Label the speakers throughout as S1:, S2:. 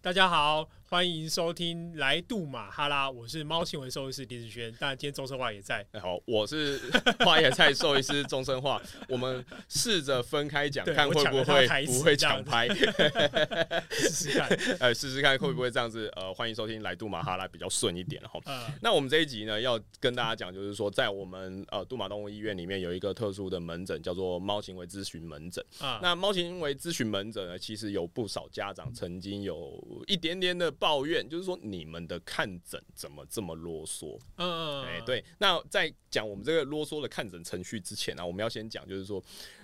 S1: 大家好，欢迎收听来杜马哈拉，我是猫新闻兽医师李子轩，当然今天周生华也在。
S2: 哎好，我是花野菜兽医师钟生化，我们试着分开讲，
S1: 对
S2: 看
S1: 我
S2: 会
S1: 抢
S2: 不
S1: 了他的台
S2: 会
S1: 词
S2: 不会
S1: 这样
S2: 抢拍，
S1: 试试 看。
S2: 呃，试试看会不会这样子。呃，欢迎收听来杜马哈拉，比较顺一点哈。
S1: 呃，
S2: 那我们这一集呢，要跟大家讲，就是说，在我们呃杜马动物医院里面有一个特殊的门诊，叫做猫行为咨询门诊。
S1: 啊，
S2: 那猫行为咨询门诊呢，其实有不少家长曾经有一点点的抱怨，就是说你们的看诊怎么这么啰嗦？
S1: 嗯，
S2: 哎、，对，那在讲我们这个啰嗦的看诊程序之前呢、啊我们要先讲，就是说，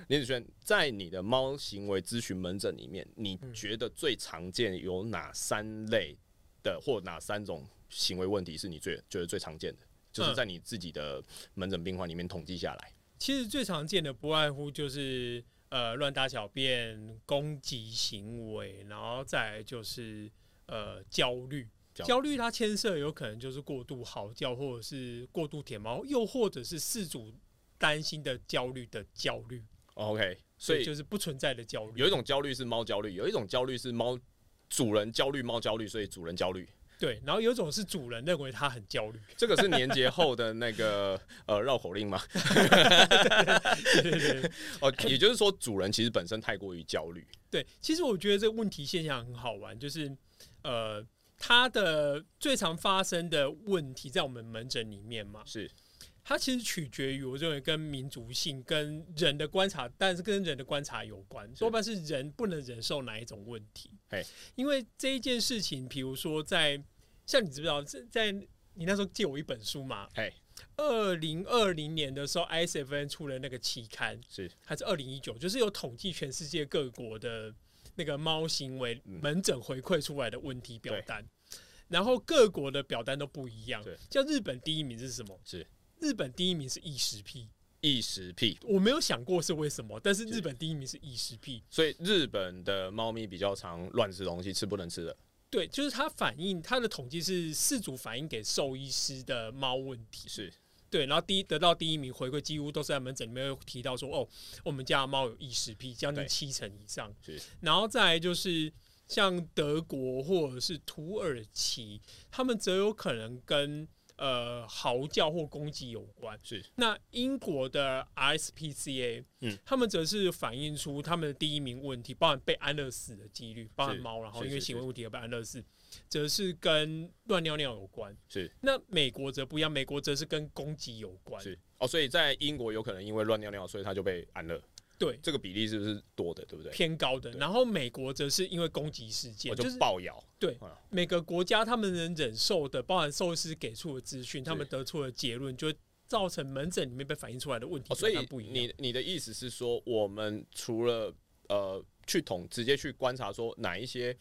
S2: 林子轩在你的猫行为咨询门诊里面，你
S1: 嗯
S2: 觉得最常见有哪三类的，或哪三种行为问题是你最觉得最常见的？就是
S1: 嗯
S2: 在你自己的门诊病患里面统计下来，
S1: 其实最常见的不外乎就是呃乱大小便、攻击行为，然后再来就是呃焦虑。
S2: 焦
S1: 焦虑它牵涉有可能就是过度嚎叫，或者是过度舔毛，又或者是事主担心的焦虑的焦虑，
S2: o k 哦所以
S1: 就是不存在的焦虑。
S2: 有一种焦虑是猫焦虑，有一种焦虑是猫主人焦虑，猫焦虑，所以主人焦虑。
S1: 对，然后有一种是主人认为他很焦 虑，
S2: 这个是年节后的那个呃绕口令吗？
S1: 对对对
S2: 哦，也就是说，主人其实本身太过于焦虑。
S1: 对。其实我觉得这个问题现象很好玩，就是呃，它的最常发生的问题在我们门诊里面嘛，
S2: 是
S1: 它其实取决于我认为跟民族性、跟人的观察，但是跟人的观察有关，多半是人不能忍受哪一种问题
S2: 嘿。
S1: 因为这一件事情，比如说在像你知不知道，在在你那时候借我一本书嘛，
S2: 嘿，
S1: 二零二零年的时候，ISFN 出了那个期刊，
S2: 是
S1: 还是二零一九，就是有统计全世界各国的那个猫行为
S2: 嗯
S1: 门诊回馈出来的问题表
S2: 对
S1: 单，然后各国的表单都不一样
S2: 对。
S1: 像日本第一名是什么？
S2: 是
S1: 日本第一名是异食癖，
S2: 异食癖，
S1: 我没有想过是为什么，但是
S2: 是
S1: 日本第一名是异食癖。
S2: 所以日本的猫咪比较常乱吃东西，吃不能吃的。
S1: 对，就是它反映它的统计是四组反映给兽医师的猫问题，
S2: 是
S1: 对，然后第一得到第一名回馈，几乎都是在门诊里面有提到说，哦，我们家的猫有异食癖，将近
S2: 对
S1: 七成以上。
S2: 是
S1: 然后再来就是像德国或者是土耳其，他们则有可能跟呃嚎叫或攻击有关。
S2: 是
S1: 那英国的 RSPCA，
S2: 嗯，
S1: 他们则是反映出他们的第一名问题，包含被安乐死的几率，包含
S2: 是
S1: 猫，然后
S2: 是
S1: 因为
S2: 是
S1: 行
S2: 是
S1: 为问题而被安乐死，则是跟乱尿尿有关。
S2: 是
S1: 那美国则不一样，美国则是跟攻击有关。
S2: 是哦，所以在英国有可能因为乱尿尿，所以它就被安乐。
S1: 对，
S2: 这个比例是不是多的？对不对？
S1: 偏高的。
S2: 对
S1: 然后美国则是因为攻击事件，
S2: 我
S1: 就
S2: 就是暴咬。
S1: 每个国家他们能忍受的，包含兽医师给出的资讯，他们
S2: 是
S1: 得出的结论，就会造成门诊里面被反映出来的问题、
S2: 哦，所以
S1: 表达不一样。
S2: 你你的意思是说，我们除了呃去统直接去观察说哪一些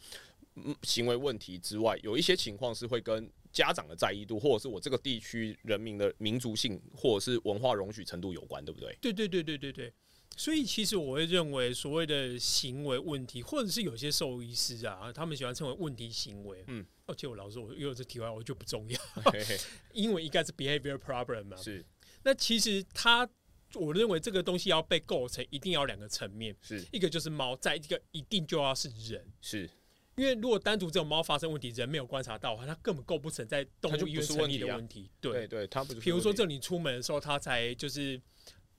S2: 嗯行为问题之外，有一些情况是会跟家长的在意度，或者是我这个地区人民的民族性或者是文化容许程度有关，对 不对？
S1: 对对对对对对。所以其实我会认为，所谓的行为问题，或者是有些兽医师啊，他们喜欢称为问题行为。
S2: 嗯，
S1: 而且我老实说，我因为这题外话我就不重要，
S2: 嘿嘿
S1: 英文应该是 behavior problem 嘛。
S2: 是
S1: 那其实它，我认为这个东西要被构成，一定要两个层面，
S2: 是
S1: 一个就是猫，再一个一定就要是人。
S2: 是，
S1: 因为如果单独只有猫发生问题，人没有观察到的话，它根本构不成在动
S2: 它就
S1: 物
S2: 不
S1: 医院
S2: 是
S1: 成
S2: 问
S1: 立
S2: 题
S1: 的
S2: 啊
S1: 问题。对
S2: 对，对，他不是
S1: 比如说
S2: 问题
S1: 这里出门的时候，它才就是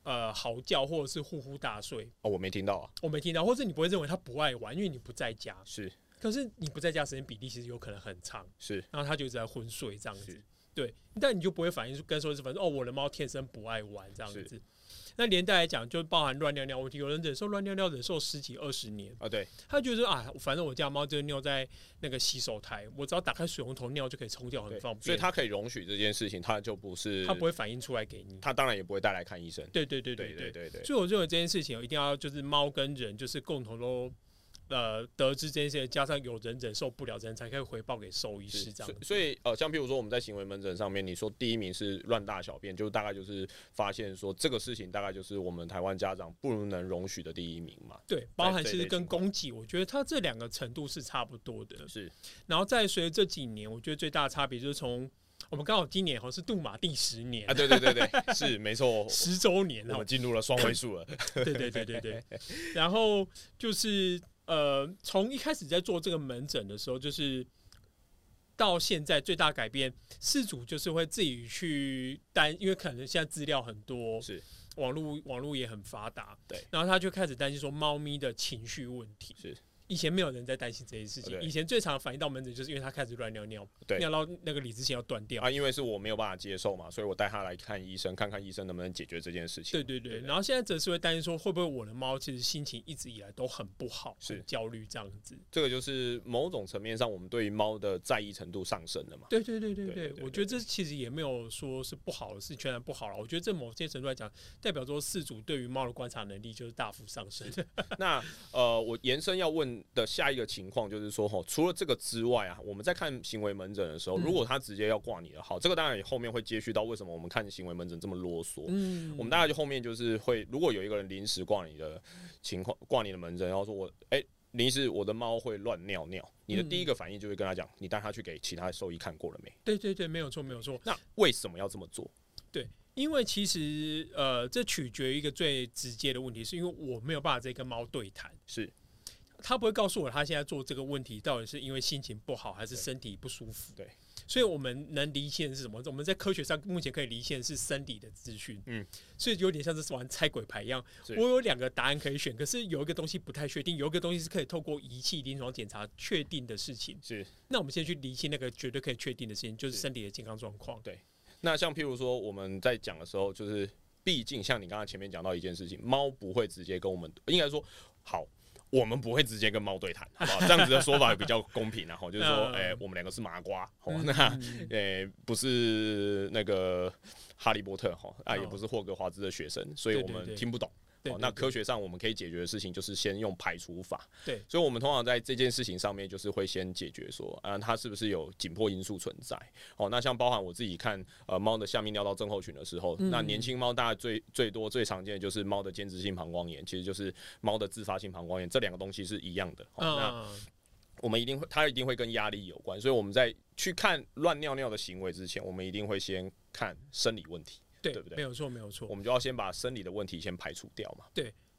S1: 呃嚎叫或者是呼呼大睡，
S2: 哦，我没听到啊，
S1: 我没听到，或者你不会认为它不爱玩，因为你不在家。
S2: 是
S1: 可是你不在家时间比例其实有可能很长，
S2: 是
S1: 然后它就一直在昏睡这样子
S2: 是。
S1: 对，但你就不会反映出跟说是反正哦，我的猫天生不爱玩这样
S2: 是
S1: 子。那连带来讲，就包含乱尿尿问题，有人忍受乱尿尿忍受十几二十年。
S2: 啊，对，
S1: 他觉得啊，反正我家猫就是尿在那个洗手台，我只要打开水龙头尿就可以冲掉，很
S2: 对
S1: 方便。
S2: 所以他可以容许这件事情，他就不是
S1: 它不会反映出来给你。
S2: 他当然也不会带来看医生，
S1: 对对对
S2: 对
S1: 对
S2: 对对对，
S1: 所以我认为这件事情一定要就是猫跟人就是共同都呃得知这件事情，加上有人忍受不了，人才可以回报给兽医师这样
S2: 所。所以呃，像譬如说我们在行为门诊上面，你说第一名是乱大小便，就大概就是发现说这个事情大概就是我们台湾家长不能容许的第一名嘛。
S1: 对，包含
S2: 这一
S1: 其实
S2: 类
S1: 跟
S2: 情
S1: 攻击，我觉得它这两个程度是差不多的。
S2: 是
S1: 然后再随着这几年，我觉得最大的差别就是从我们刚好今年好像是杜马第十年
S2: 啊，对对对对， 是没错，
S1: 十周年
S2: 我
S1: 哦
S2: 们，进入了双位数了。
S1: 对对对对对，然后就是呃，从一开始在做这个门诊的时候，就是到现在最大改变，事主就是会自己去担，因为可能现在资料很多，
S2: 是
S1: 网络网络也很发达，
S2: 对
S1: 然后他就开始担心说猫咪的情绪问题。
S2: 是，哦
S1: 以前没有人在担心这些事情，
S2: 对
S1: 以前最常反映到门诊就是因为他开始乱尿尿，
S2: 对
S1: 尿到那个理智线要断掉。
S2: 啊，因为是我没有办法接受嘛，所以我带他来看医生，看看医生能不能解决这件事情
S1: 对
S2: 嘛。
S1: 对对，然后现在则是会担心说，会不会我的猫其实心情一直以来都很不好，
S2: 是
S1: 很焦虑这样子。
S2: 这个就是某种层面上我们对于猫的在意程度上升了嘛。
S1: 对对对对
S2: 对
S1: 对，
S2: 对
S1: 我觉得这其实也没有说是不好的事，全然不好了。我觉得这某些程度来讲，代表说饲主对于猫的观察能力就是大幅上升。
S2: 那呃，我延伸要问的下一个情况就是说，吼，除了这个之外啊，我们在看行为门诊的时候，如果他直接要挂你的号，这个当然后面会接续到为什么我们看行为门诊这么啰嗦。
S1: 嗯
S2: 我们大概就后面就是会，如果有一个人临时挂你的情况，挂你的门诊，然后说我哎。临时我的猫会乱尿尿，你的第一个反应就是跟他讲，你带它去给其他兽医看过了没？
S1: 对对对，没有错没有错，
S2: 那为什么要这么做？
S1: 因为其实呃，这取决于一个最直接的问题，是因为我没有办法再跟猫对谈。
S2: 是
S1: 他不会告诉我他现在做这个问题到底是因为心情不好还是
S2: 对
S1: 身体不舒服。
S2: 对，
S1: 所以我们能离线是什么？我们在科学上目前可以离线是生理的资讯。
S2: 嗯，
S1: 所以有点像是玩猜鬼牌一样，
S2: 是
S1: 我有两个答案可以选，可是有一个东西不太确定，有一个东西是可以透过仪器临床检查确定的事情。
S2: 是，
S1: 那我们先去厘清那个绝对可以确定的事情，就是
S2: 是
S1: 身体的健康状况。
S2: 那像譬如说我们在讲的时候，就是毕竟像你刚才前面讲到一件事情，猫不会直接跟我们，应该说好。我们不会直接跟猫对谈，好不好？这样子的说法比较公平、啊，然后就是说，
S1: 嗯
S2: 哎、我们两个是麻瓜，哦，
S1: 嗯
S2: 那
S1: 嗯
S2: 诶、不是那个哈利波特哈，啊，
S1: 哦
S2: 也不是霍格华兹的学生，所以
S1: 对
S2: 我
S1: 对
S2: 们
S1: 对
S2: 听不懂。
S1: 对
S2: 哦，那
S1: 对
S2: 科学上我们可以解决的事情就是先用排除法。
S1: 对
S2: 所以我们通常在这件事情上面就是会先解决说，啊，它是不是有紧迫因素存在？哦，那像包含我自己看呃猫的下面尿道症候群的时候，
S1: 嗯
S2: 那年轻猫大概最最多最常见的就是猫的间质性膀胱炎，其实就是猫的自发性膀胱炎，这两个东西是一样的。哦、那
S1: 啊，
S2: 我们一定会，它一定会跟压力有关，所以我们在去看乱尿尿的行为之前，我们一定会先看生理问题，
S1: 对哦
S2: 对不对
S1: 没有错，没有错
S2: 我。们就要先把生理的问题先排除掉嘛。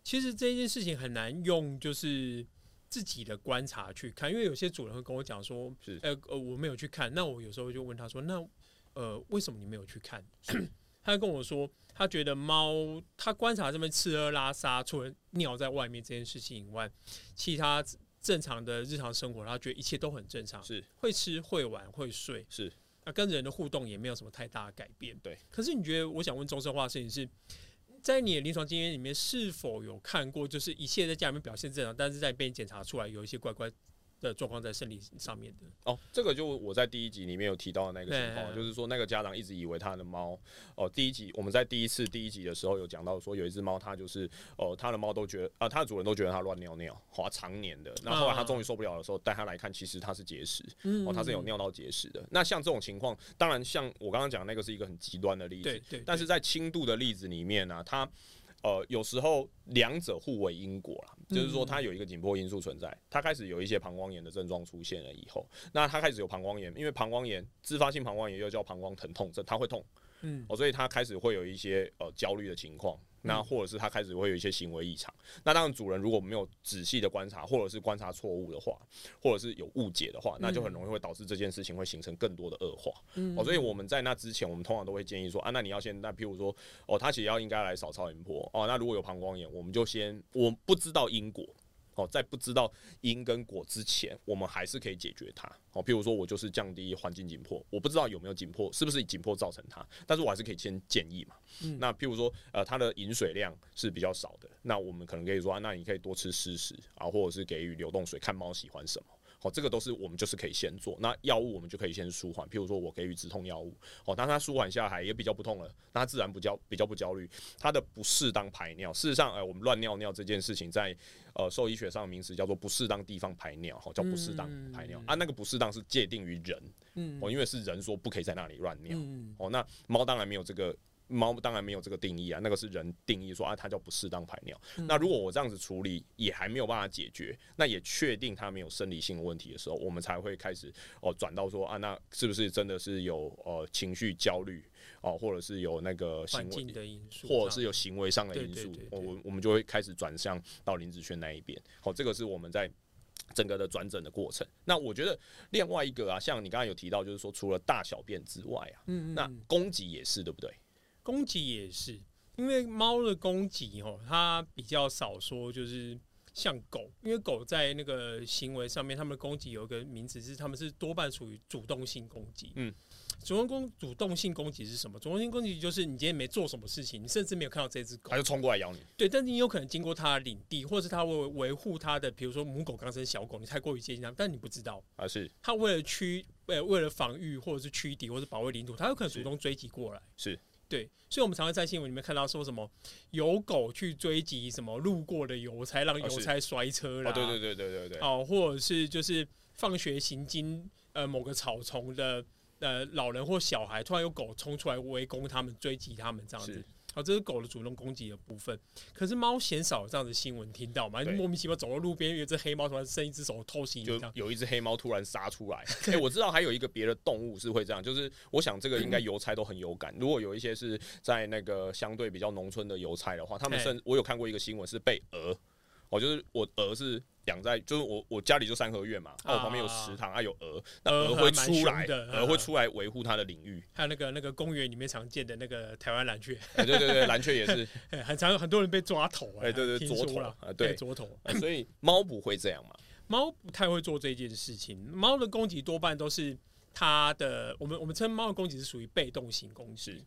S1: 其实这件事情很难用就是自己的观察去看，因为有些主人会跟我讲说
S2: 是，
S1: 呃呃，我没有去看。那我有时候就问他说，那呃，为什么你没有去看？ 他就跟我说，他觉得猫，他观察这边吃喝拉撒，除了尿在外面这件事情以外，其他正常的日常生活，他觉得一切都很正常，
S2: 是
S1: 会吃会玩会睡，
S2: 是
S1: 那跟人的互动也没有什么太大的改变。
S2: 对，
S1: 可是你觉得，我想问钟生化的事情是，在你的临床经验里面，是否有看过，就是一切在家里面表现正常，但是在被你检查出来有一些怪怪的状况在生理上面的？
S2: 哦，这个就我在第一集里面有提到的那个
S1: 对
S2: 情况，就是说那个家长一直以为他的猫，哦，第一集我们在第一次第一集的时候有讲到说有一只猫，它就是哦，他的猫都觉得啊，它的主人都觉得它乱尿尿，哇，常年的。那后来他终于受不了的时候，带它来看，其实它是结石，
S1: 嗯
S2: 哦，它是有。尿道结石的。那像这种情况，当然像我刚刚讲的那个是一个很极端的例子，
S1: 嗯对对，
S2: 但是在轻度的例子里面呢、它呃有时候两者互为因果啦，
S1: 嗯
S2: 就是说它有一个紧迫因素存在，它开始有一些膀胱炎的症状出现了以后，那它开始有膀胱炎，因为膀胱炎自发性膀胱炎又叫膀胱疼痛症，它会痛
S1: 嗯，
S2: 哦，所以它开始会有一些呃焦虑的情况。那
S1: 嗯
S2: 或者是它开始会有一些行为异常，那当然主人如果没有仔细的观察，或者是观察错误的话，或者是有误解的话，那就很容易会导致这件事情会形成更多的恶化。
S1: 嗯
S2: 哦，所以我们在那之前，我们通常都会建议说啊，那你要先，那譬如说，哦，他其实要应该来扫超音波哦，那如果有膀胱炎，我们就先，我不知道因果。哦，在不知道因跟果之前，我们还是可以解决它。哦，譬如说我就是降低环境紧迫，我不知道有没有紧迫，是不是紧迫造成它，但是我还是可以先建议嘛。
S1: 嗯
S2: 那譬如说，呃，它的饮水量是比较少的，那我们可能可以说，啊、那你可以多吃湿食啊，或者是给予流动水，看猫喜欢什么。哦，这个都是我们就是可以先做。那药物我们就可以先舒缓，譬如说我给予止痛药物，哦，那它舒缓下来也比较不痛了，那它自然不焦比较不焦虑。它的不适当排尿，事实上，呃，我们乱尿尿这件事情在呃兽医学上的名词叫做不适当地方排尿，哦，叫不适当排尿、
S1: 嗯
S2: 啊。那个不适当是界定于人，
S1: 嗯
S2: 哦，因为是人说不可以在那里乱尿，
S1: 嗯
S2: 哦，那猫当然没有这个。猫当然没有这个定义啊，那个是人定义说啊，它叫不适当排尿。那
S1: 嗯
S2: 如果我这样子处理也还没有办法解决，那也确定它没有生理性问题的时候，我们才会开始哦转到说啊，那是不是真的是有呃情绪焦虑哦，或者是有那个行
S1: 环
S2: 为
S1: 境的因素，
S2: 或者是有行为上的因
S1: 对
S2: 素
S1: 对对，对
S2: 我我我们就会开始转向到林志炫那一边。好，这个是我们在整个的转诊的过程。那我觉得另外一个啊，像你刚才有提到，就是说除了大小便之外啊，
S1: 嗯，
S2: 那攻击也是对不对？
S1: 攻击也是，因为猫的攻击哦，它比较少说就是像狗，因为狗在那个行为上面，它们的攻击有一个名词是，它们是多半属于主动性攻击。
S2: 嗯，
S1: 主动攻主动性攻击是什么？主动性攻击就是你今天没做什么事情，你甚至没有看到这只狗
S2: 它，就冲过来咬你。
S1: 对，但是你有可能经过它的领地，或是它为维护它的，比如说母狗刚生小狗，你太过于接近它，但你不知道。
S2: 啊，是
S1: 他为了驱呃为了防御或者是驱敌或者保卫领土，他有可能主动追击过来。
S2: 是
S1: 对，所以我们常会在新闻里面看到说什么有狗去追击什么路过的邮差，让
S2: 哦是
S1: 邮差摔车啦，
S2: 哦，对对对对对对，
S1: 哦，或者是就是放学行经呃某个草丛的呃老人或小孩，突然有狗冲出来围攻他们、追击他们这样子
S2: 是。
S1: 好、这是狗的主动攻击的部分。可是猫鲜少有这样的新闻听到嘛？
S2: 对
S1: 莫名其妙走到路边，有一只黑猫突然伸一只手偷袭你这
S2: 就
S1: 样。
S2: 有一只黑猫突然杀出来。 哎、我知道还有一个别的动物是会这样，就是我想这个应该邮差都很有感。如果有一些是在那个相对比较农村的邮差的话，他们
S1: 嘿
S2: 甚我有看过一个新闻是被鹅，哦，就是我鹅是养在，就是我我家里就三合院嘛，那、我旁边有食堂啊有鹅，那
S1: 鹅
S2: 鹅
S1: 还
S2: 会
S1: 蛮
S2: 出
S1: 凶
S2: 来，
S1: 的
S2: 鹅会出来维护它的领域。
S1: 还有那个那个公园里面常见的那个台湾蓝雀，
S2: 哎、对对对，蓝雀也是，
S1: 哎很常有很多人被抓头啊，
S2: 哎对对
S1: 听
S2: 啄
S1: 说了
S2: 头啊对
S1: 啄头。
S2: 哎所以猫不会这样嘛？
S1: 猫不太会做这件事情，猫的攻击多半都是它的，我们我们称猫的攻击是属于被动型攻击。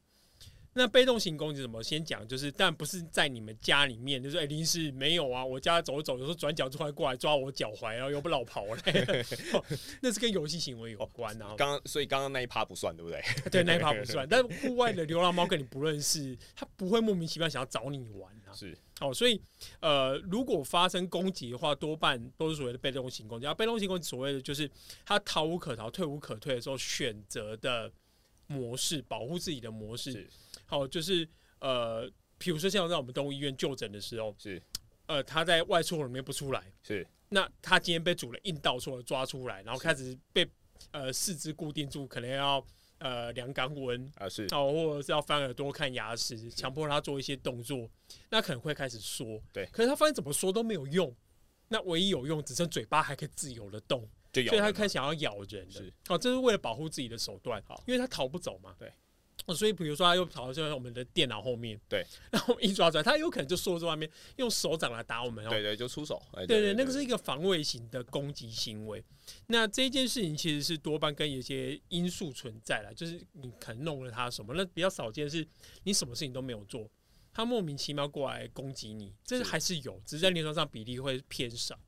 S1: 那被动型攻击是什么？先讲就是，但不是在你们家里面，就是哎临时没有啊，我家走一走，有时候转角突然过来抓我脚踝，然后又不老跑了、 哦那是跟游戏行为有关啊。
S2: 刚刚所以刚刚那一趴不算，对不对？
S1: 对，那一趴不算。但户外的流浪猫跟你不认识，它不会莫名其妙想要找你玩啊。
S2: 是
S1: 好，所以呃，如果发生攻击的话，多半都是所谓的被动型攻击。而啊被动型攻击所谓的就是他逃无可逃、退无可退的时候选择的模式，保护自己的模式
S2: 是。
S1: 好，就是呃，比如说像在我们动物医院就诊的时候，
S2: 是
S1: 呃，他在外出里面不出来，
S2: 是，
S1: 那他今天被主人硬倒出来抓出来，然后开始被呃四肢固定住，可能要呃量肛温，
S2: 啊是，
S1: 哦，或者是要翻耳朵看牙齿，强迫他做一些动作，那可能会开始说，
S2: 对
S1: 可是他发现怎么说都没有用，那唯一有用只剩嘴巴还可以自由的动，
S2: 就咬
S1: 所以
S2: 人
S1: 他
S2: 嘛。
S1: 开始想要咬人了
S2: 是。
S1: 哦，这是为了保护自己的手段，
S2: 好
S1: 因为他逃不走嘛。
S2: 对。
S1: 哦，所以比如说他又跑到像我们的电脑后面，
S2: 对，
S1: 然后我们一抓出来，他有可能就缩在外面，用手掌来打我们哦。
S2: 对对，就出手。哎，
S1: 对对，那个是一个防卫型的攻击行为。那这件事情其实是多半跟一些因素存在了，就是你可能弄了他什么。那比较少见的是你什么事情都没有做，他莫名其妙过来攻击你，这
S2: 是
S1: 还是有，只是在临床上比例会偏少。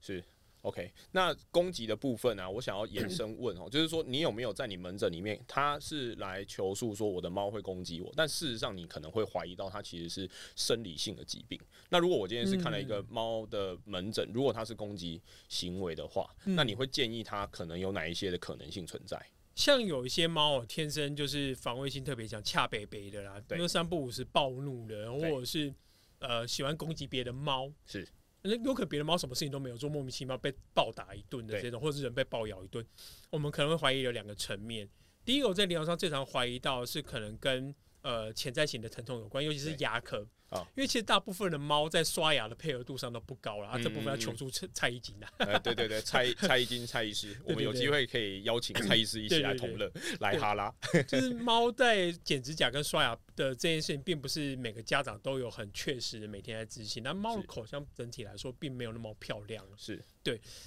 S2: OK，那攻击的部分呢、我想要延伸问哦， 就是说你有没有在你门诊里面，他是来求诉说我的猫会攻击我，但事实上你可能会怀疑到它其实是生理性的疾病。那如果我今天是看了一
S1: 嗯
S2: 个猫的门诊，如果它是攻击行为的话，
S1: 嗯
S2: 那你会建议它可能有哪一些的可能性存在？
S1: 像有一些猫哦，天生就是防卫性特别强，恰北北的啦，
S2: 对
S1: 因为三不五时暴怒的，或
S2: 对
S1: 者是呃喜欢攻击别的猫，
S2: 是
S1: 那有可能别的猫什么事情都没有做，莫名其妙被暴打一顿的
S2: 对
S1: 这种，或者是人被暴咬一顿，我们可能会怀疑有两个层面。第一个，我在临床上最常怀疑到的是可能跟呃潜在型的疼痛有关，尤其是
S2: 对哦
S1: 牙科
S2: 好。
S1: 因为其实大部分的猫在刷牙的配合度上都不高了，啊，这部分要
S2: 嗯
S1: 求助蔡蔡一金啊。
S2: 呃，对对对，蔡蔡依金、蔡 医师，我们有机会可以邀请蔡医师一起来同乐，来哈拉。
S1: 就是猫在剪指甲跟刷牙的这件事情，并不是每个家长都有很确实的每天在执行。那猫的
S2: 是
S1: 口腔整体来说并没有那么漂亮。
S2: 是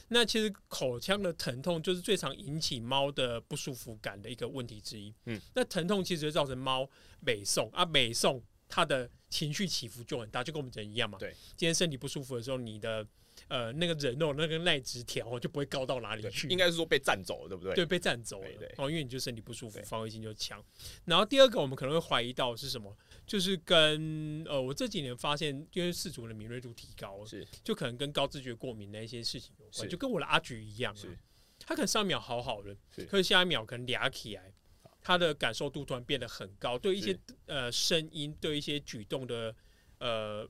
S1: 那其实口腔的疼痛就是最常引起猫的不舒服感的一个问题之一。
S2: 嗯，
S1: 那疼痛其实会造成猫美送啊，美送它的情绪起伏就很大，就跟我们人一样嘛。
S2: 对，
S1: 今天身体不舒服的时候，你的呃那个人哦，那个耐直条哦就不会高到哪里
S2: 对，
S1: 去。
S2: 应该是说被占走了，对不对？
S1: 对，被占走了
S2: 对对
S1: 哦，因为你就身体不舒服
S2: 对，
S1: 防卫性就强。然后第二个，我们可能会怀疑到是什么，就是跟呃，我这几年发现，因为氏族的敏锐度提高了，
S2: 是
S1: 就可能跟高知觉过敏那一些事情有关，
S2: 是
S1: 就跟我的阿菊一样、啊
S2: 是，
S1: 他可能上一秒好好的
S2: 是，
S1: 可是下一秒可能俩起来，他的感受度突然变得很高，对一些
S2: 是
S1: 呃声音，对一些举动的呃，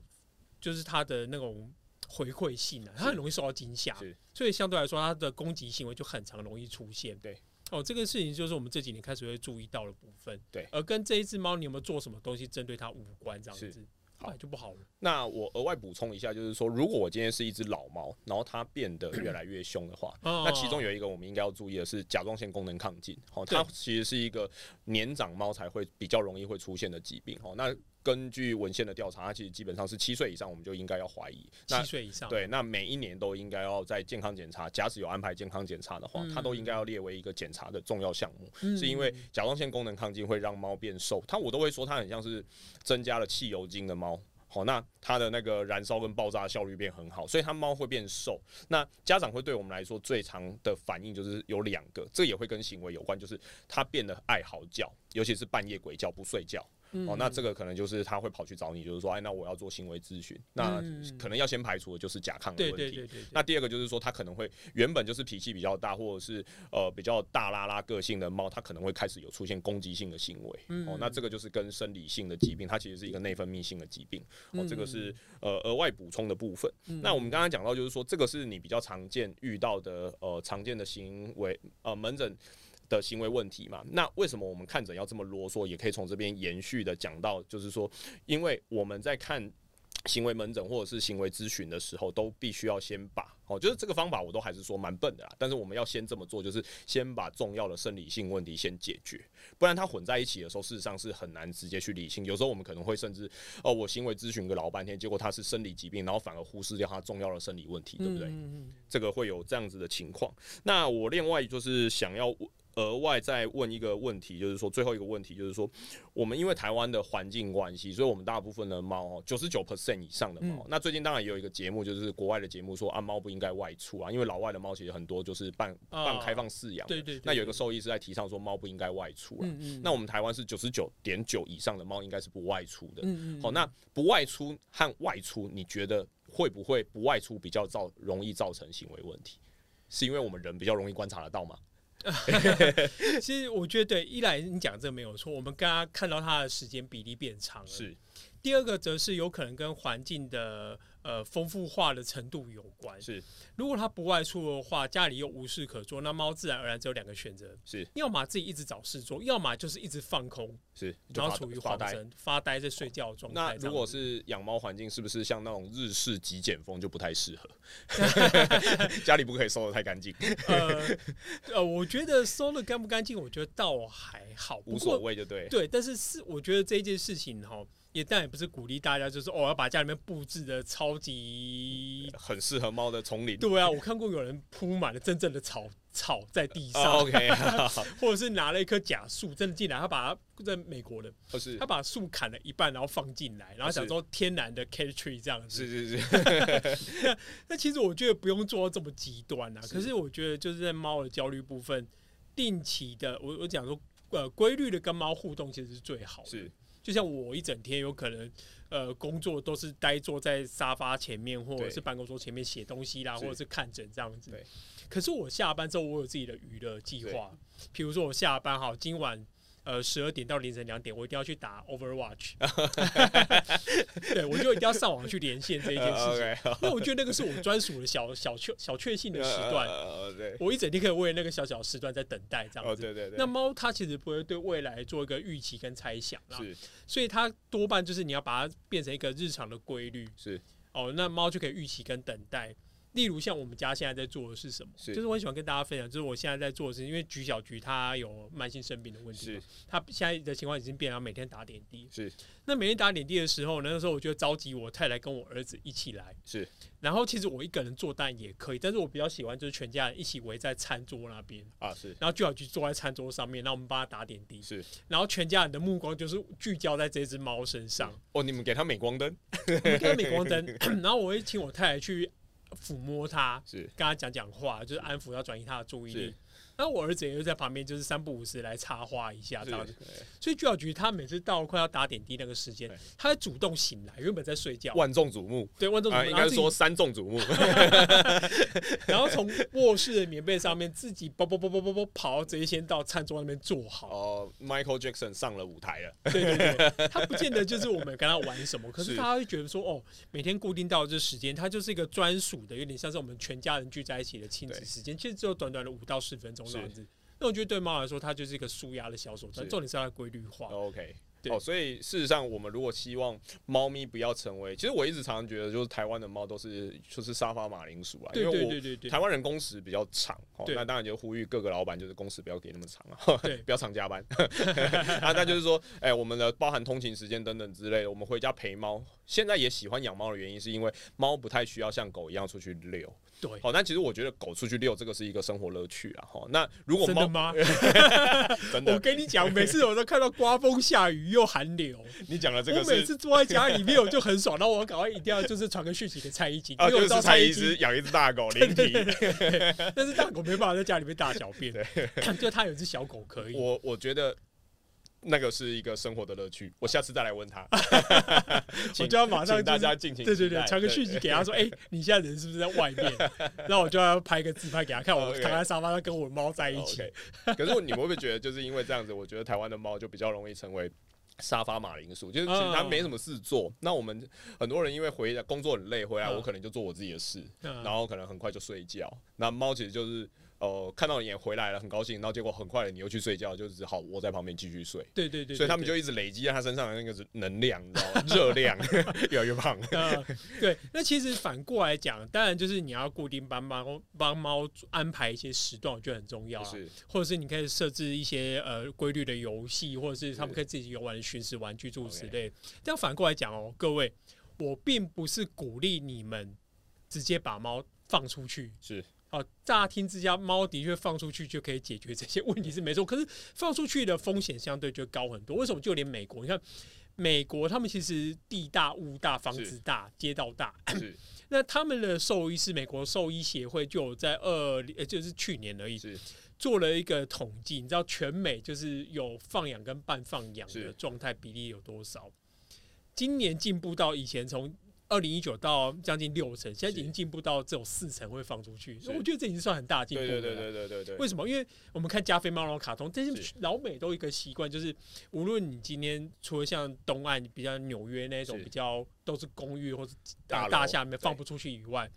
S1: 就是他的那种回馈性啊，他很容易受到惊吓
S2: 是，
S1: 所以相对来说，他的攻击行为就很常容易出现。
S2: 对，
S1: 哦，这个事情就是我们这几年开始会注意到的部分。
S2: 对
S1: 而跟这一只猫你有没有做什么东西针对它无关，这样
S2: 是
S1: 子。后来就不好了。
S2: 那我额外补充一下，就是说，如果我今天是一只老猫，然后它变得越来越凶的话，
S1: 哦
S2: 那其中有一个我们应该要注意的是甲状腺功能亢进，哦，它
S1: 对
S2: 其实是一个年长猫才会比较容易会出现的疾病，哦，那根据文献的调查，它其实基本上是七岁以上我们就应该要怀疑，那
S1: 哦七岁以上，
S2: 对，那每一年都应该要在健康检查，假使有安排健康检查的话，它都应该要列为一个检查的重要项目，
S1: 嗯
S2: 是因为甲状腺功能亢进会让猫变瘦，它我都会说它很像是增加了汽油精的猫。好，那它的那个燃烧跟爆炸的效率变很好，所以它猫会变瘦。那家长会对我们来说最常的反应就是有两个，这也会跟行为有关，就是它变得爱嚎叫，尤其是半夜鬼叫不睡觉。
S1: 嗯
S2: 哦，那这个可能就是它会跑去找你，就是说，哎，那我要做行为咨询。那
S1: 嗯
S2: 可能要先排除的就是甲亢的
S1: 对
S2: 问题。
S1: 对对对对，
S2: 那第二个就是说，它可能会原本就是脾气比较大，或者是呃比较大拉拉个性的猫，它可能会开始有出现攻击性的行为。
S1: 嗯
S2: 哦，那这个就是跟生理性的疾病，它其实是一个内分泌性的疾病。哦，
S1: 嗯
S2: 这个是呃额外补充的部分。那我们刚刚讲到，就是说这个是你比较常见遇到的呃常见的行为呃门诊。的行为问题嘛，那为什么我们看诊要这么啰嗦？也可以从这边延续的讲到，就是说，因为我们在看行为门诊或者是行为咨询的时候，都必须要先把哦，就是这个方法我都还是说蛮笨的啦，但是我们要先这么做，就是先把重要的生理性问题先解决，不然它混在一起的时候，事实上是很难直接去理清。有时候我们可能会甚至哦，我行为咨询个老半天，结果他是生理疾病，然后反而忽视掉他重要的生理问题，对不对？
S1: 嗯嗯嗯
S2: 这个会有这样子的情况。那我另外就是想要额外再问一个问题，就是说最后一个问题就是说，我们因为台湾的环境关系，所以我们大部分的猫，哦九十九 percent 以上的猫，
S1: 嗯
S2: 那最近当然也有一个节目，就是国外的节目说啊，猫不应该外出啊，因为老外的猫其实很多就是半
S1: 啊
S2: 半开放饲养的。
S1: 对对对，
S2: 那有一个
S1: 对
S2: 兽医是在提倡说猫不应该外出啊。
S1: 嗯嗯，
S2: 那我们台湾是九十九点九以上的猫应该是不外出的。
S1: 嗯嗯
S2: 好，那不外出和外出，你觉得会不会不外出比较造容易造成行为问题？是因为我们人比较容易观察得到吗？
S1: 其实我觉得对，一来你讲这没有错，我们刚刚看到它的时间比例变长了。
S2: 是
S1: 第二个则是有可能跟环境的呃丰富化的程度有关。
S2: 是
S1: 如果它不外出的话，家里又无事可做，那猫自然而然只有两个选择：
S2: 是
S1: 要么自己一直找事做，要么就是一直放空，
S2: 是，就
S1: 然后
S2: 发
S1: 处于
S2: 发
S1: 恍
S2: 呆。
S1: 神、发呆在睡觉的状态这
S2: 那
S1: 样子。
S2: 如果是养猫环境，是不是像那种日式极简风就不太 适合？家里不可以收的太干净，
S1: 呃呃，我觉得收的干不干净，我觉得倒还好，不
S2: 无
S1: 过
S2: 所谓就对。
S1: 对，但是是我觉得这件事情哈，也但也不是鼓励大家就是哦要把家里面布置的超级。
S2: 很适合猫的丛林。
S1: 对啊，我看过有人铺满了真正的草草在地上，
S2: 哦 OK，
S1: 或者是拿了一棵假树真的进来，他把它在美国的，
S2: 或是
S1: 他把树砍了一半，然后放进来，然后想说天然的 c a t tree 这样子。
S2: 是是是，
S1: 那其实我觉得不用做到这么极端啊，
S2: 是
S1: 可是我觉得就是在猫的焦虑部分，定期的，我我讲说。呃，规律的跟猫互动其实是最好的。
S2: 是
S1: 就像我一整天有可能，呃，工作都是呆坐在沙发前面或者
S2: 对
S1: 是办公桌前面写东西啦，
S2: 是
S1: 或者是看诊这样子
S2: 对。
S1: 可是我下班之后，我有自己的娱乐计划，比如说我下班好，今晚呃十二点到凌晨两点，我一定要去打 Overwatch，对我就一定要上网去连线这一件事情，
S2: 呃 OK，
S1: 因为我觉得那个是我专属的小小确小确幸的时段，
S2: 呃对，
S1: 我一整天可以为了那个小小时段在等待这
S2: 哦
S1: 样子。
S2: 对对对，
S1: 那猫它其实不会对未来做一个预期跟猜想啦，
S2: 是
S1: 所以它多半就是你要把它变成一个日常的规律
S2: 是
S1: 哦。那猫就可以预期跟等待。例如像我们家现在在做的是什么？
S2: 是
S1: 就是我很喜欢跟大家分享，就是我现在在做的是，因为菊小菊它有慢性生病的问题
S2: 是
S1: 嘛，它现在的情况已经变了，每天打点滴。
S2: 是
S1: 那每天打点滴的时候呢，那时候我就召集我太太跟我儿子一起来。
S2: 是，
S1: 然后其实我一个人做蛋也可以，但是我比较喜欢就是全家人一起围在餐桌那边，
S2: 啊是
S1: 然后菊小菊坐在餐桌上面，然后我们帮他打点滴，
S2: 是，
S1: 然后全家人的目光就是聚焦在这只猫身上。
S2: 哦你们给它镁光灯
S1: 我们跟美光 灯，然后我会请我太太去抚摸它，
S2: 是
S1: 跟他讲讲话，就是安抚，要转移他的注意
S2: 是
S1: 力。然后我儿子也会在旁边，就是三不五时来插花一下这样子。
S2: 啊是
S1: 所以居小局他每次到快要打点滴那个时间
S2: 对，
S1: 他会主动醒来，原本在睡觉，
S2: 万众瞩目
S1: 对，万众
S2: 啊，
S1: 瞩目，
S2: 应
S1: 然后
S2: 该
S1: 自
S2: 说
S1: 己，
S2: 三众瞩目，
S1: 然后从卧室的棉被上面自己啵啵啵啵啵啵跑，直接先到餐桌那边坐好。
S2: 哦，Michael Jackson 上了舞台了，
S1: 对 对 对，他不见得就是我们跟他玩什么，可
S2: 是
S1: 是他会觉得说，哦，每天固定到这时间，它就是一个专属的，有点像是我们全家人聚在一起的亲
S2: 对
S1: 子时间，其实只有短短的五到十分钟
S2: 是
S1: 这样子。那我觉得对猫来说，它就是一个舒压的小手段，
S2: 是
S1: 重点是它的规律化。
S2: OK，
S1: 对
S2: 哦，所以事实上，我们如果希望猫咪不要成为，其实我一直常常觉得，就是台湾的猫都是就是沙发马铃薯啊，
S1: 对
S2: 因
S1: 对
S2: 为我
S1: 对对对，
S2: 台湾人工时比较长，哦，
S1: 对
S2: 那当然就呼吁各个老板就是工时不要给那么长啊
S1: 对，
S2: 不要常加班。啊，那就是说，哎、我们的包含通勤时间等等之类的，我们回家陪猫。现在也喜欢养猫的原因，是因为猫不太需要像狗一样出去遛。
S1: 对
S2: 好，那其实我觉得狗出去遛这个是一个生活乐趣啊。哈，那如果
S1: 真的
S2: 猫
S1: 吗？
S2: 真的
S1: 我跟你讲，每次我都看到刮风下雨又寒流，
S2: 你讲了 这
S1: 我
S2: 个
S1: 每
S2: 是
S1: 次坐在家里面我就很爽，然后我赶快一定要就是传个讯息给蔡依 金，因
S2: 啊，
S1: 为我
S2: 就
S1: 知道
S2: 是
S1: 蔡
S2: 蔡
S1: 依
S2: 医
S1: 金
S2: 师养一只 大狗，灵体。
S1: 但是大狗没办法在家里面大小 便， 就它有一只小狗可以。
S2: 我我觉得那个是一个生活的乐趣，我下次再来问他。
S1: 我
S2: 请
S1: 就要马上
S2: 请大
S1: 就是
S2: 家敬请
S1: 对对
S2: 期
S1: 对
S2: 待，
S1: 传个讯息给他说，哎、你现在人是不是在外 面？然后我就要拍个自拍给他看，我
S2: 哦 OK 哦
S1: 躺在沙发上跟我猫在一起。
S2: OK，可是你们会不会觉得，就是因为这样子，我觉得台湾的猫就比较容易成为沙发马铃薯，就是其
S1: 嗯
S2: 实它没什么事做。那我们很多人因为回来工作很累，回来
S1: 嗯
S2: 我可能就做我自己的事，
S1: 嗯
S2: 然后可能很快就睡觉。那猫其实就是呃看到你也回来了，很高兴，然后结果很快你又去睡觉，就只好窝在旁边继续睡。
S1: 对对对对
S2: 所以他们就一直累积在它身上的那个能量，你 知道吗？热量 越来越胖。
S1: 对呃，对。那其实反过来讲，当然就是你要固定帮猫帮猫安排一些时段，我觉得很重要
S2: 就
S1: 啊。
S2: 是
S1: 或者是你可以设置一些呃规律的游戏，或者是他们可以自己游玩的寻食玩具诸如此
S2: OK
S1: 类。这样反过来讲哦，各位，我并不是鼓励你们直接把猫放出去。
S2: 是
S1: 哦，乍听之下，猫的确放出去就可以解决这些问题是没错，可是放出去的风险相对就高很多。为什么？就连美国，你看美国他们其实地大物大，房
S2: 是
S1: 子大，街道大，
S2: 是
S1: 那他们的兽医是美国兽医协会就有在二，呃，就是去年而已
S2: 是，
S1: 做了一个统计，你知道全美就是有放养跟半放养的
S2: 是
S1: 状态比例有多少？今年进步到以前从二零一九到将近六成，现在已
S2: 是
S1: 经进步到只有四成会放出去，
S2: 是
S1: 所以我觉得这已经算很大进步
S2: 对
S1: 了。
S2: 对对对对对对，
S1: 为什么？因为我们看加菲猫那种卡通，这些
S2: 是
S1: 老美都有一个习惯，就是无论你今天除了像东岸比较纽约那种
S2: 是
S1: 比较都是公寓或者
S2: 大
S1: 大
S2: 楼
S1: 大厦里面
S2: 对
S1: 放不出去以外，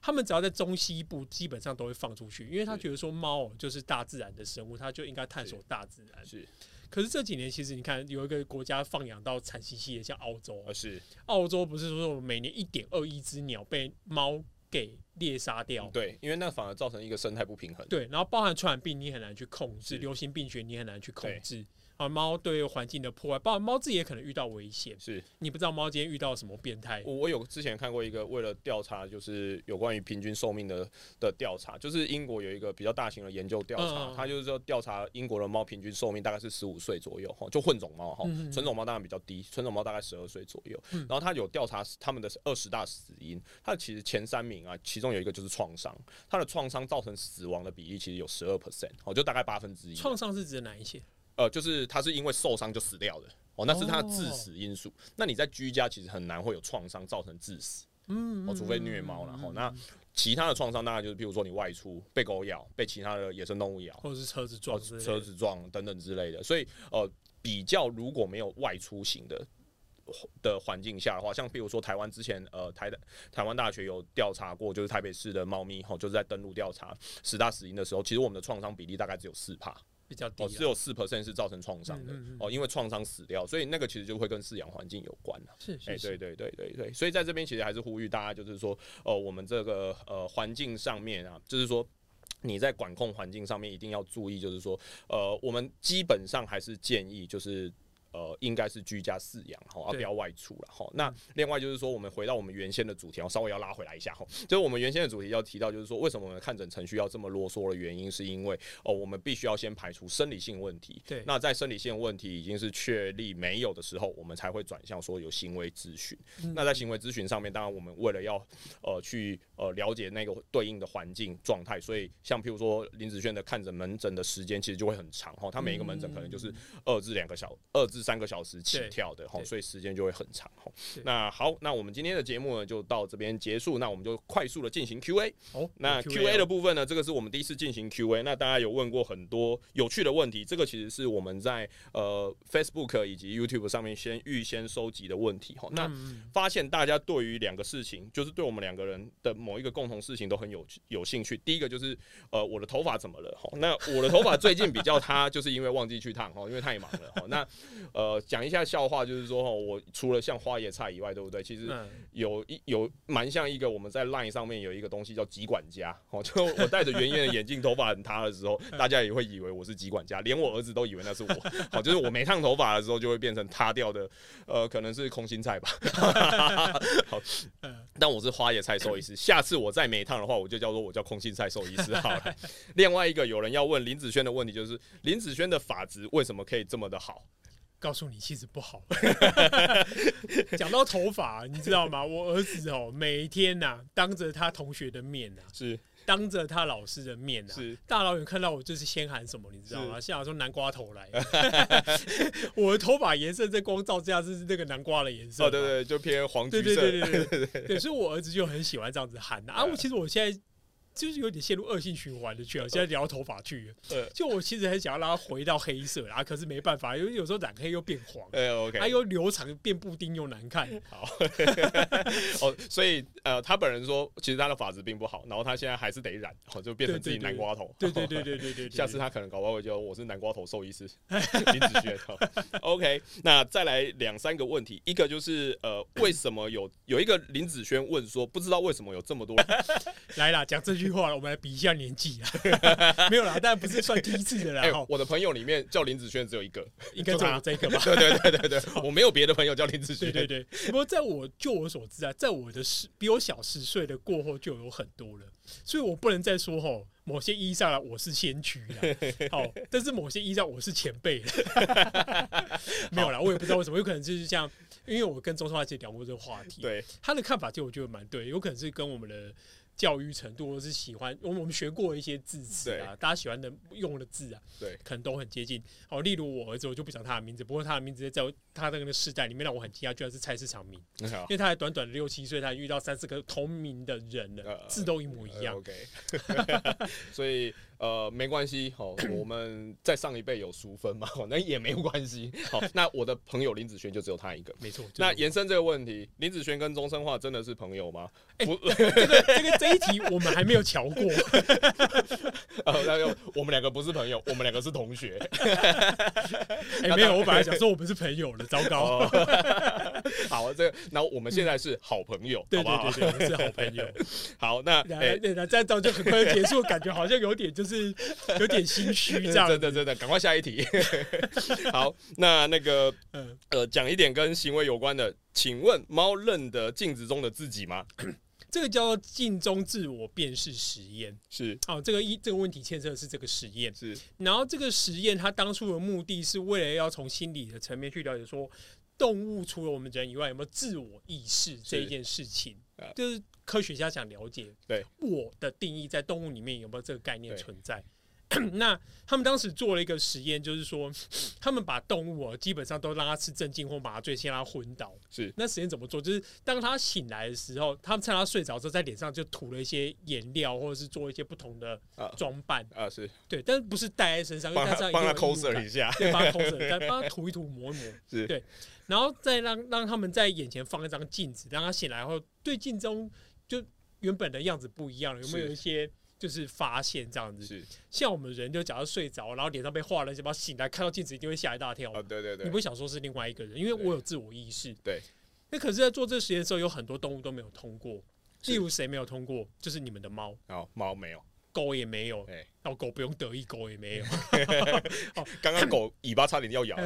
S1: 他们只要在中西部基本上都会放出去，因为他
S2: 是
S1: 觉得说猫哦就是大自然的生物，它就应该探索
S2: 是
S1: 大自然。
S2: 是
S1: 可是这几年其实你看有一个国家放养到惨兮兮的，像澳洲
S2: 啊，是
S1: 澳洲不是说每年一点二亿只鸟被猫给猎杀掉
S2: 嗯，对，因为那反而造成一个生态不平衡。
S1: 哦对，然后包含传染病，你很难去控制；
S2: 是
S1: 流行病学，你很难去控
S2: 对
S1: 制。啊，猫对环境的破坏，包含猫自己也可能遇到危险。
S2: 是
S1: 你不知道猫今天遇到什么变态。
S2: 我我有之前看过一个为了调查，就是有关于平均寿命的的调查，就是英国有一个比较大型的研究调
S1: 嗯嗯
S2: 查
S1: 嗯，
S2: 它就是说调查英国的猫平均寿命大概是十五岁左右，哈，就混种猫哈
S1: 嗯嗯嗯，
S2: 纯种猫当然比较低，纯种猫大概十二岁左右
S1: 嗯。
S2: 然后它有调查他们的二十大死因，它其实前三名啊，其中有一个就是创伤，它的创伤造成死亡的比例其实有十二 percent，哦，就大概八分之一。
S1: 创伤是指哪一些？
S2: 呃，就是他是因为受伤就死掉的，哦，那是他的致
S1: 哦
S2: 死因素。那你在居家其实很难会有创伤造成致死，
S1: 嗯，
S2: 哦，
S1: 嗯
S2: 除非虐猫然后那其他的创伤大概就是，譬如说你外出被狗咬，被其他的野生动物咬，
S1: 或者是车子
S2: 或
S1: 撞哦之
S2: 者
S1: 类的
S2: 哦车子撞等等之类的。所以呃，比较如果没有外出型的。的环境下的话，像比如说台湾之前，呃，台台湾大学有调查过，就是台北市的猫咪，吼，哦就是在登录调查十大死因的时候，其实我们的创伤比例大概只有四帕，
S1: 比较低
S2: 哦，
S1: 啊。
S2: 只有四 percent 是造成创伤的、
S1: 嗯嗯嗯
S2: 哦，因为创伤死掉，所以那个其实就会跟饲养环境有关了、
S1: 是
S2: 哎、
S1: 是
S2: 对
S1: 是，
S2: 对对对对，所以在这边其实还是呼吁大家，就是说，呃，我们这个呃环境上面啊，就是说。你在管控环境上面一定要注意，就是说，呃，我们基本上还是建议，就是呃，应该是居家饲养哈，而
S1: 对
S2: 不要外出了哈。那另外就是说，我们回到我们原先的主题，我稍微要拉回来一下哈，就是我们原先的主题要提到，就是说，为什么我们的看诊程序要这么啰嗦的原因，是因为哦，我们必须要先排除生理性问题。
S1: 对
S2: 那在生理性问题已经是确立没有的时候，我们才会转向说有行为咨询。
S1: 嗯
S2: 那在行为咨询上面，当然我们为了要呃去呃了解那个对应的环境状态，所以像譬如说林子轩的看诊门诊的时间其实就会很长哈，他每一个门诊可能就是二至两个小二至三个小时起
S1: 对
S2: 跳的哈，
S1: 对
S2: 所以时间就会很长哈
S1: 对。
S2: 那好，那我们今天的节目呢就到这边结束，那我们就快速的进行 Q&A。
S1: 哦，
S2: 那
S1: 有
S2: Q&A 的
S1: 哦
S2: 部分呢，这个是我们第一次进行 Q&A。那大家有问过很多有趣的问题，这个其实是我们在呃 Facebook 以及 YouTube 上面先预先收集的问题哈。那
S1: 嗯
S2: 发现大家对于两个事情，就是对我们两个人的某一个共同事情都很有有兴趣。第一个就是呃我的头发怎么了哈？那我的头发最近比较塌，就是因为忘记去烫哈，因为太忙了哈。那呃，讲一下笑话，就是说哈，我除了像花椰菜以外，对不对？其实
S1: 嗯，
S2: 有一有蛮像一个我们在 LINE 上面有一个东西叫极管家哦，就我戴着圆圆的眼镜，头发很塌的时候，大家也会以为我是极管家，连我儿子都以为那是我。好，就是我没烫头发的时候就会变成塌掉的，呃，可能是空心菜吧。 好，
S1: 嗯
S2: 但我是花椰菜兽医师，下次我再没烫的话，我就叫做我叫空心菜兽医师好了。 另外一个有人要问林子轩的问题就是，林子轩的发质为什么可以这么的好？
S1: 告诉你其实不好。 讲到头发，你知道吗？我儿子哦，每天呐、当着他同学的面呐、
S2: 是
S1: 当着他老师的面呐、
S2: 是，
S1: 大老远看到我就是先喊什么，你知道吗？先喊说南瓜 头来， 我的头发颜色在光照之下是那个南瓜的颜色嘛。
S2: 哦，对对对，就偏黄橘
S1: 对
S2: 色。
S1: 对对对 对对对，所以我儿子就很喜欢这样子喊啊。啊我
S2: 嗯
S1: 其实我现在就是有点陷入恶性循环的去了，啊现在聊头发去了。
S2: 呃
S1: 就我其实很想要让它回到黑色啦，啊可是没办法，因为有时候染黑又变黄，
S2: 呃，OK，
S1: 还有留长变布丁又难看。
S2: 好， 哦，所以呃，他本人说，其实他的发质并不好，然后他现在还是得染，哦，就变成自己南瓜头。
S1: 对对对对对对对，
S2: 下次他可能搞不好会叫我是南瓜头兽医师林子轩。好 OK，那再来两三个问题，一个就是呃，为什么有有一个林子轩问说，不知道为什么有这 么多人
S1: 来啦，讲这句话了，我们来比一下年纪啊。 没有啦，但不是算第一次的啦，
S2: 哎、
S1: 哦，
S2: 我的朋友里面叫林子轩只有一个，
S1: 应该就我这个 吧。
S2: 对对 对对对，我没有别的朋友叫林子轩。
S1: 对对对，不过在我就我所知啊，在我的十比我小十岁的过后就有很多了，所以我不能再说吼，某些意义上啊我是先驱啦，好，但是某些意义上我是前辈了，没有啦，我也不知道为什么，有可能就是像，因为我跟钟少华姐聊过这个话题，
S2: 对
S1: 他的看法就我觉得蛮对，有可能是跟我们的。教育程度，或是喜欢我们我们学过一些字词啊，大家喜欢的用的字啊，
S2: 对
S1: 可能都很接近。好，例如我儿子，我就不讲他的名字，不过他的名字在我他的那个世代里面让我很惊讶，居然是菜市场名，
S2: 对，嗯好
S1: 因为他还短短的六七岁，他遇到三四个同名的人了
S2: 呃，
S1: 字都一模一样。
S2: OK，所 以呃没关系， 好、我们在上一辈有淑芬嘛，好那也没有 关系。好，那我的朋友林子轩就只有他一个。
S1: 没错，就是
S2: 那
S1: 我
S2: 延伸这个问题，林子轩跟钟生化真的是朋友吗？
S1: 哎
S2: 不，
S1: 这个这个这一题我们还没有瞧过，
S2: 呃，那就我们两个不是朋友，我们两个是同 学。
S1: 哎，没有，我本来想说我们是朋友了，糟糕，
S2: 哦， 好，这个，然后我们现在是好朋友，
S1: 对
S2: 好不
S1: 对
S2: 好？
S1: 对对，我们是好朋友。
S2: 好，那
S1: 然
S2: 哎，
S1: 对，那这样这样就很快就结束，感觉好像有点就是有点心 虚这样。
S2: 真的真的，赶快下一题。 好，那那个
S1: 嗯，
S2: 呃，讲一点跟行为有关的，请问猫认得镜子中的自己吗？
S1: 这个叫做镜中自我辨识实验。
S2: 是
S1: 哦，这个一这个问题牵涉的是这个实验。
S2: 是
S1: 然后这个实验，它当初的目的是为了要从心理的层面去了解说，动物除了我们人以外，有没有自我意识这一件事情
S2: 啊，
S1: 就是科学家想了解，
S2: 对
S1: 我的定义在动物里面有没有这个概念
S2: 对
S1: 存在。 那他们当时做了一个实验，就是说， 他们把动物哦，基本上都让它吃镇静或麻醉，先让它昏倒。
S2: 是
S1: 那实验怎么做？就是当他醒来的时候，他们趁他睡着之后，在脸上就涂了一些颜料，或者是做一些不同的
S2: 啊
S1: 装扮。
S2: 啊，是
S1: 对，但是不是戴在身上，因为
S2: 帮
S1: 它这样
S2: 他帮他
S1: 呃一定有
S2: coser
S1: 异物
S2: 一下，
S1: 感，对，帮他 coser，再帮他涂一涂、抹一抹，
S2: 是
S1: 对，然后再让让他们在眼前放一张镜子，让他醒来后对镜中就原本的样子不一样了，有没有
S2: 是
S1: 一些就是发现这样子？
S2: 是
S1: 像我们人就假如睡着，然后脸上被画了什么，醒来看到镜子一定会吓一大跳嘛
S2: 啊，对对
S1: 你
S2: 对
S1: 不会想说是另外一个人，因为我有自我意识。
S2: 对。
S1: 那可是，在做这个实验的时候，有很多动物都没有通过。
S2: 是
S1: 例如谁没有通过，就是你们的猫，
S2: 好，猫没有，
S1: 狗也没有
S2: 对，
S1: 然后狗不用得意，狗也没有。
S2: 刚刚狗尾巴差点要咬了，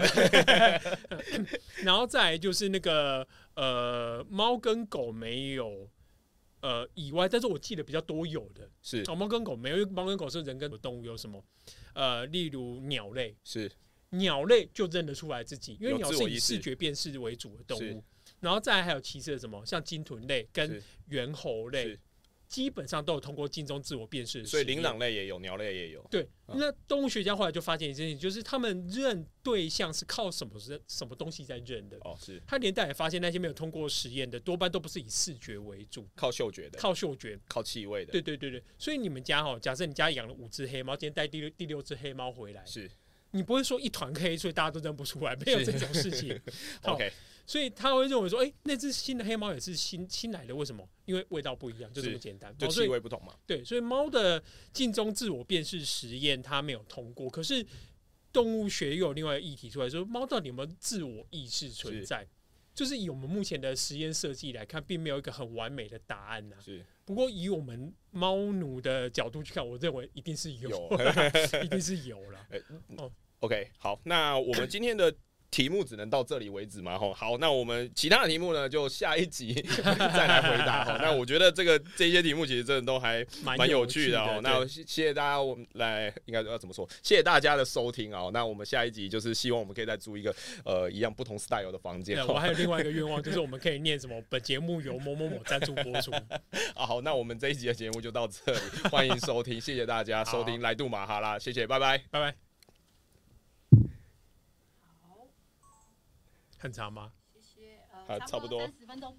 S1: 嗯然后再来就是那个呃，猫跟狗没有呃以外，但是我记得比较多有的
S2: 是
S1: 哦，猫跟狗没有，因为猫跟狗是人跟动物有什么呃，例如鸟类，
S2: 是
S1: 鸟类就认得出来自己，因为
S2: 有
S1: 鸟
S2: 自
S1: 是
S2: 我
S1: 以
S2: 意识
S1: 视觉辨识为主的动
S2: 是
S1: 物。然后再来还有其次的什么，像鲸豚类跟
S2: 是
S1: 猿猴类
S2: 是，
S1: 基本上都有通过镜中自我辨识的
S2: 所以
S1: 实验
S2: 灵长类也有，鸟类也有，
S1: 对。
S2: 啊
S1: 那动物学家后来就发现一件事情，就是他们认对象是靠什么认什么东西在认的。
S2: 哦，是
S1: 他连带也发现那些没有通过实验的，多半都不是以视觉为主，
S2: 靠嗅觉的，
S1: 靠嗅觉。
S2: 靠气味的，
S1: 对对对对，所以你们家哈，假设你家养了五只黑猫，今天带第六第六只黑猫回来，
S2: 是
S1: 你不会说一团黑，所以大家都认不出来，没有
S2: 是
S1: 这种事情。好
S2: OK，
S1: 所以他会认为说，哎、那只新的黑猫也是新新来的，为什么？因为味道不一样，就这么
S2: 是
S1: 简单。
S2: 就
S1: 哦所
S2: 气
S1: 以
S2: 味不同嘛，
S1: 对，所以猫的镜中自我辨识实验它没有通过，可是动物学又有另外一个议题出来，说猫到底有没有自我意识存在？就是以我们目前的实验设计来看，并没有一个很完美的答案呐、
S2: 是
S1: 不过以我们猫奴的角度去看，我认为一定是有，
S2: 有
S1: 一定是有了。
S2: OK，好，那我们今天的题目只能到这里为止嘛？吼，好，那我们其他的题目呢，就下一集 再来回答。吼，那我觉得这个这些题目其实真的都还蛮有趣的哦。那
S1: 对
S2: 谢谢谢大家，我们来应该要怎么说？谢谢大家的收听哦。那我们下一集就是希望我们可以再租一个呃一样不同 style 的房间
S1: 对，
S2: 哦。
S1: 我还有另外一个愿望，就是我们可以念什么本节目由某某某赞助播出。
S2: 啊好，那我们这一集的节目就到这里，欢迎收听，谢谢大家收听来杜马哈拉，谢谢，拜拜。
S1: 拜拜。很长吗？
S3: 谢谢，
S2: 好
S3: 呃，
S2: 差不多
S3: 三十分钟。